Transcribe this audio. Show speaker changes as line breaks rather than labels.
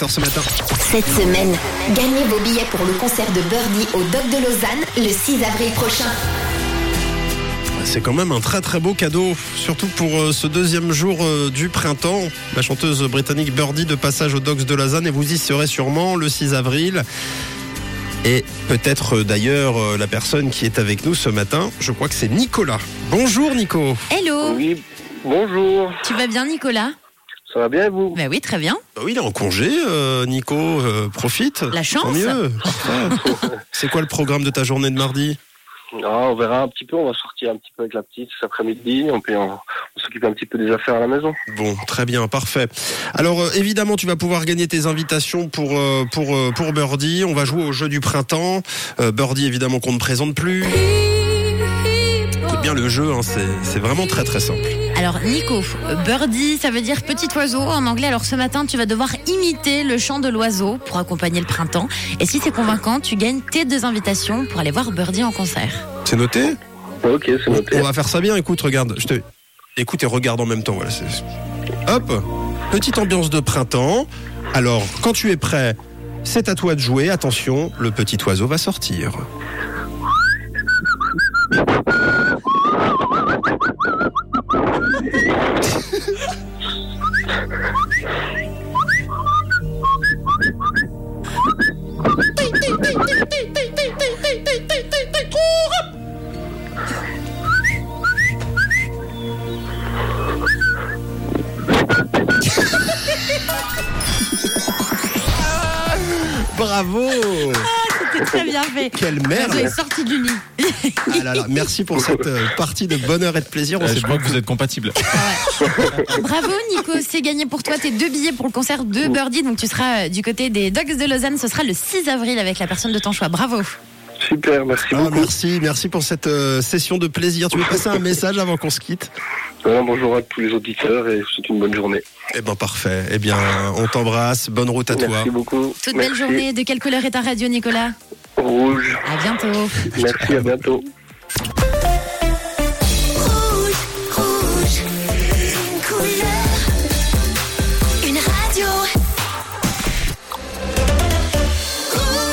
7h ce matin.
Cette semaine, gagnez vos billets pour le concert de Birdie au Doc de Lausanne le 6 avril prochain.
C'est quand même un très très beau cadeau, surtout pour euh, ce deuxième jour euh, du printemps. La chanteuse britannique Birdie de passage aux docks de Lausanne et vous y serez sûrement le 6 avril. Et peut-être euh, d'ailleurs euh, la personne qui est avec nous ce matin, je crois que c'est Nicolas. Bonjour Nico.
Hello,
Oui, bonjour.
tu vas bien Nicolas
Ça va bien et vous
Bah oui, très bien.
Bah oui, il est en congé, euh, Nico, euh, profite.
La chance.
Tant mieux. c'est quoi le programme de ta journée de mardi
Ah, On verra un petit peu, on va sortir un petit peu avec la petite cet après-midi, on peut on, on s'occupe un petit peu des affaires à la maison.
Bon, très bien, parfait. Alors euh, évidemment, tu vas pouvoir gagner tes invitations pour euh, pour euh, pour Birdie. On va jouer au jeu du printemps. Euh, Birdie, évidemment, qu'on ne présente plus. Écoute bien le jeu, hein, c'est c'est vraiment très très simple.
Alors Nico, euh, birdie, ça veut dire petit oiseau en anglais. Alors ce matin, tu vas devoir imiter le chant de l'oiseau pour accompagner le printemps. Et si c'est convaincant, tu gagnes tes deux invitations pour aller voir Birdie en concert.
C'est noté
Ah, Ok, c'est
on,
noté.
on va faire ça bien. Écoute, regarde, je te écoute et regarde en même temps. Voilà. c'est- Hop, petite ambiance de printemps. Alors, quand tu es prêt, c'est à toi de jouer. Attention, le petit oiseau va sortir. Bravo
C'était très bien fait.
Quelle merde
L'oiseau est sorti du nid.
Ah là là, merci pour cette euh, partie de bonheur et de plaisir. On
Euh,
s'est
je crois que vous êtes compatibles.
Bravo Nico, c'est gagné pour toi tes deux billets pour le concert de Birdie. Donc tu seras euh, du côté des Dogs de Lausanne. Ce sera le 6 avril avec la personne de ton choix. Bravo.
Super, merci
Ah,
beaucoup.
merci, merci pour cette euh, session de plaisir. Tu veux passer un message avant qu'on se quitte
Voilà, bonjour à tous les auditeurs et je vous souhaite une bonne journée.
Eh ben parfait. Eh bien, on t'embrasse. Bonne route à toi.
Merci beaucoup.
Toute
merci.
belle journée. De quelle couleur est ta radio Nicolas
Rouge,
À bientôt.
merci, à bientôt.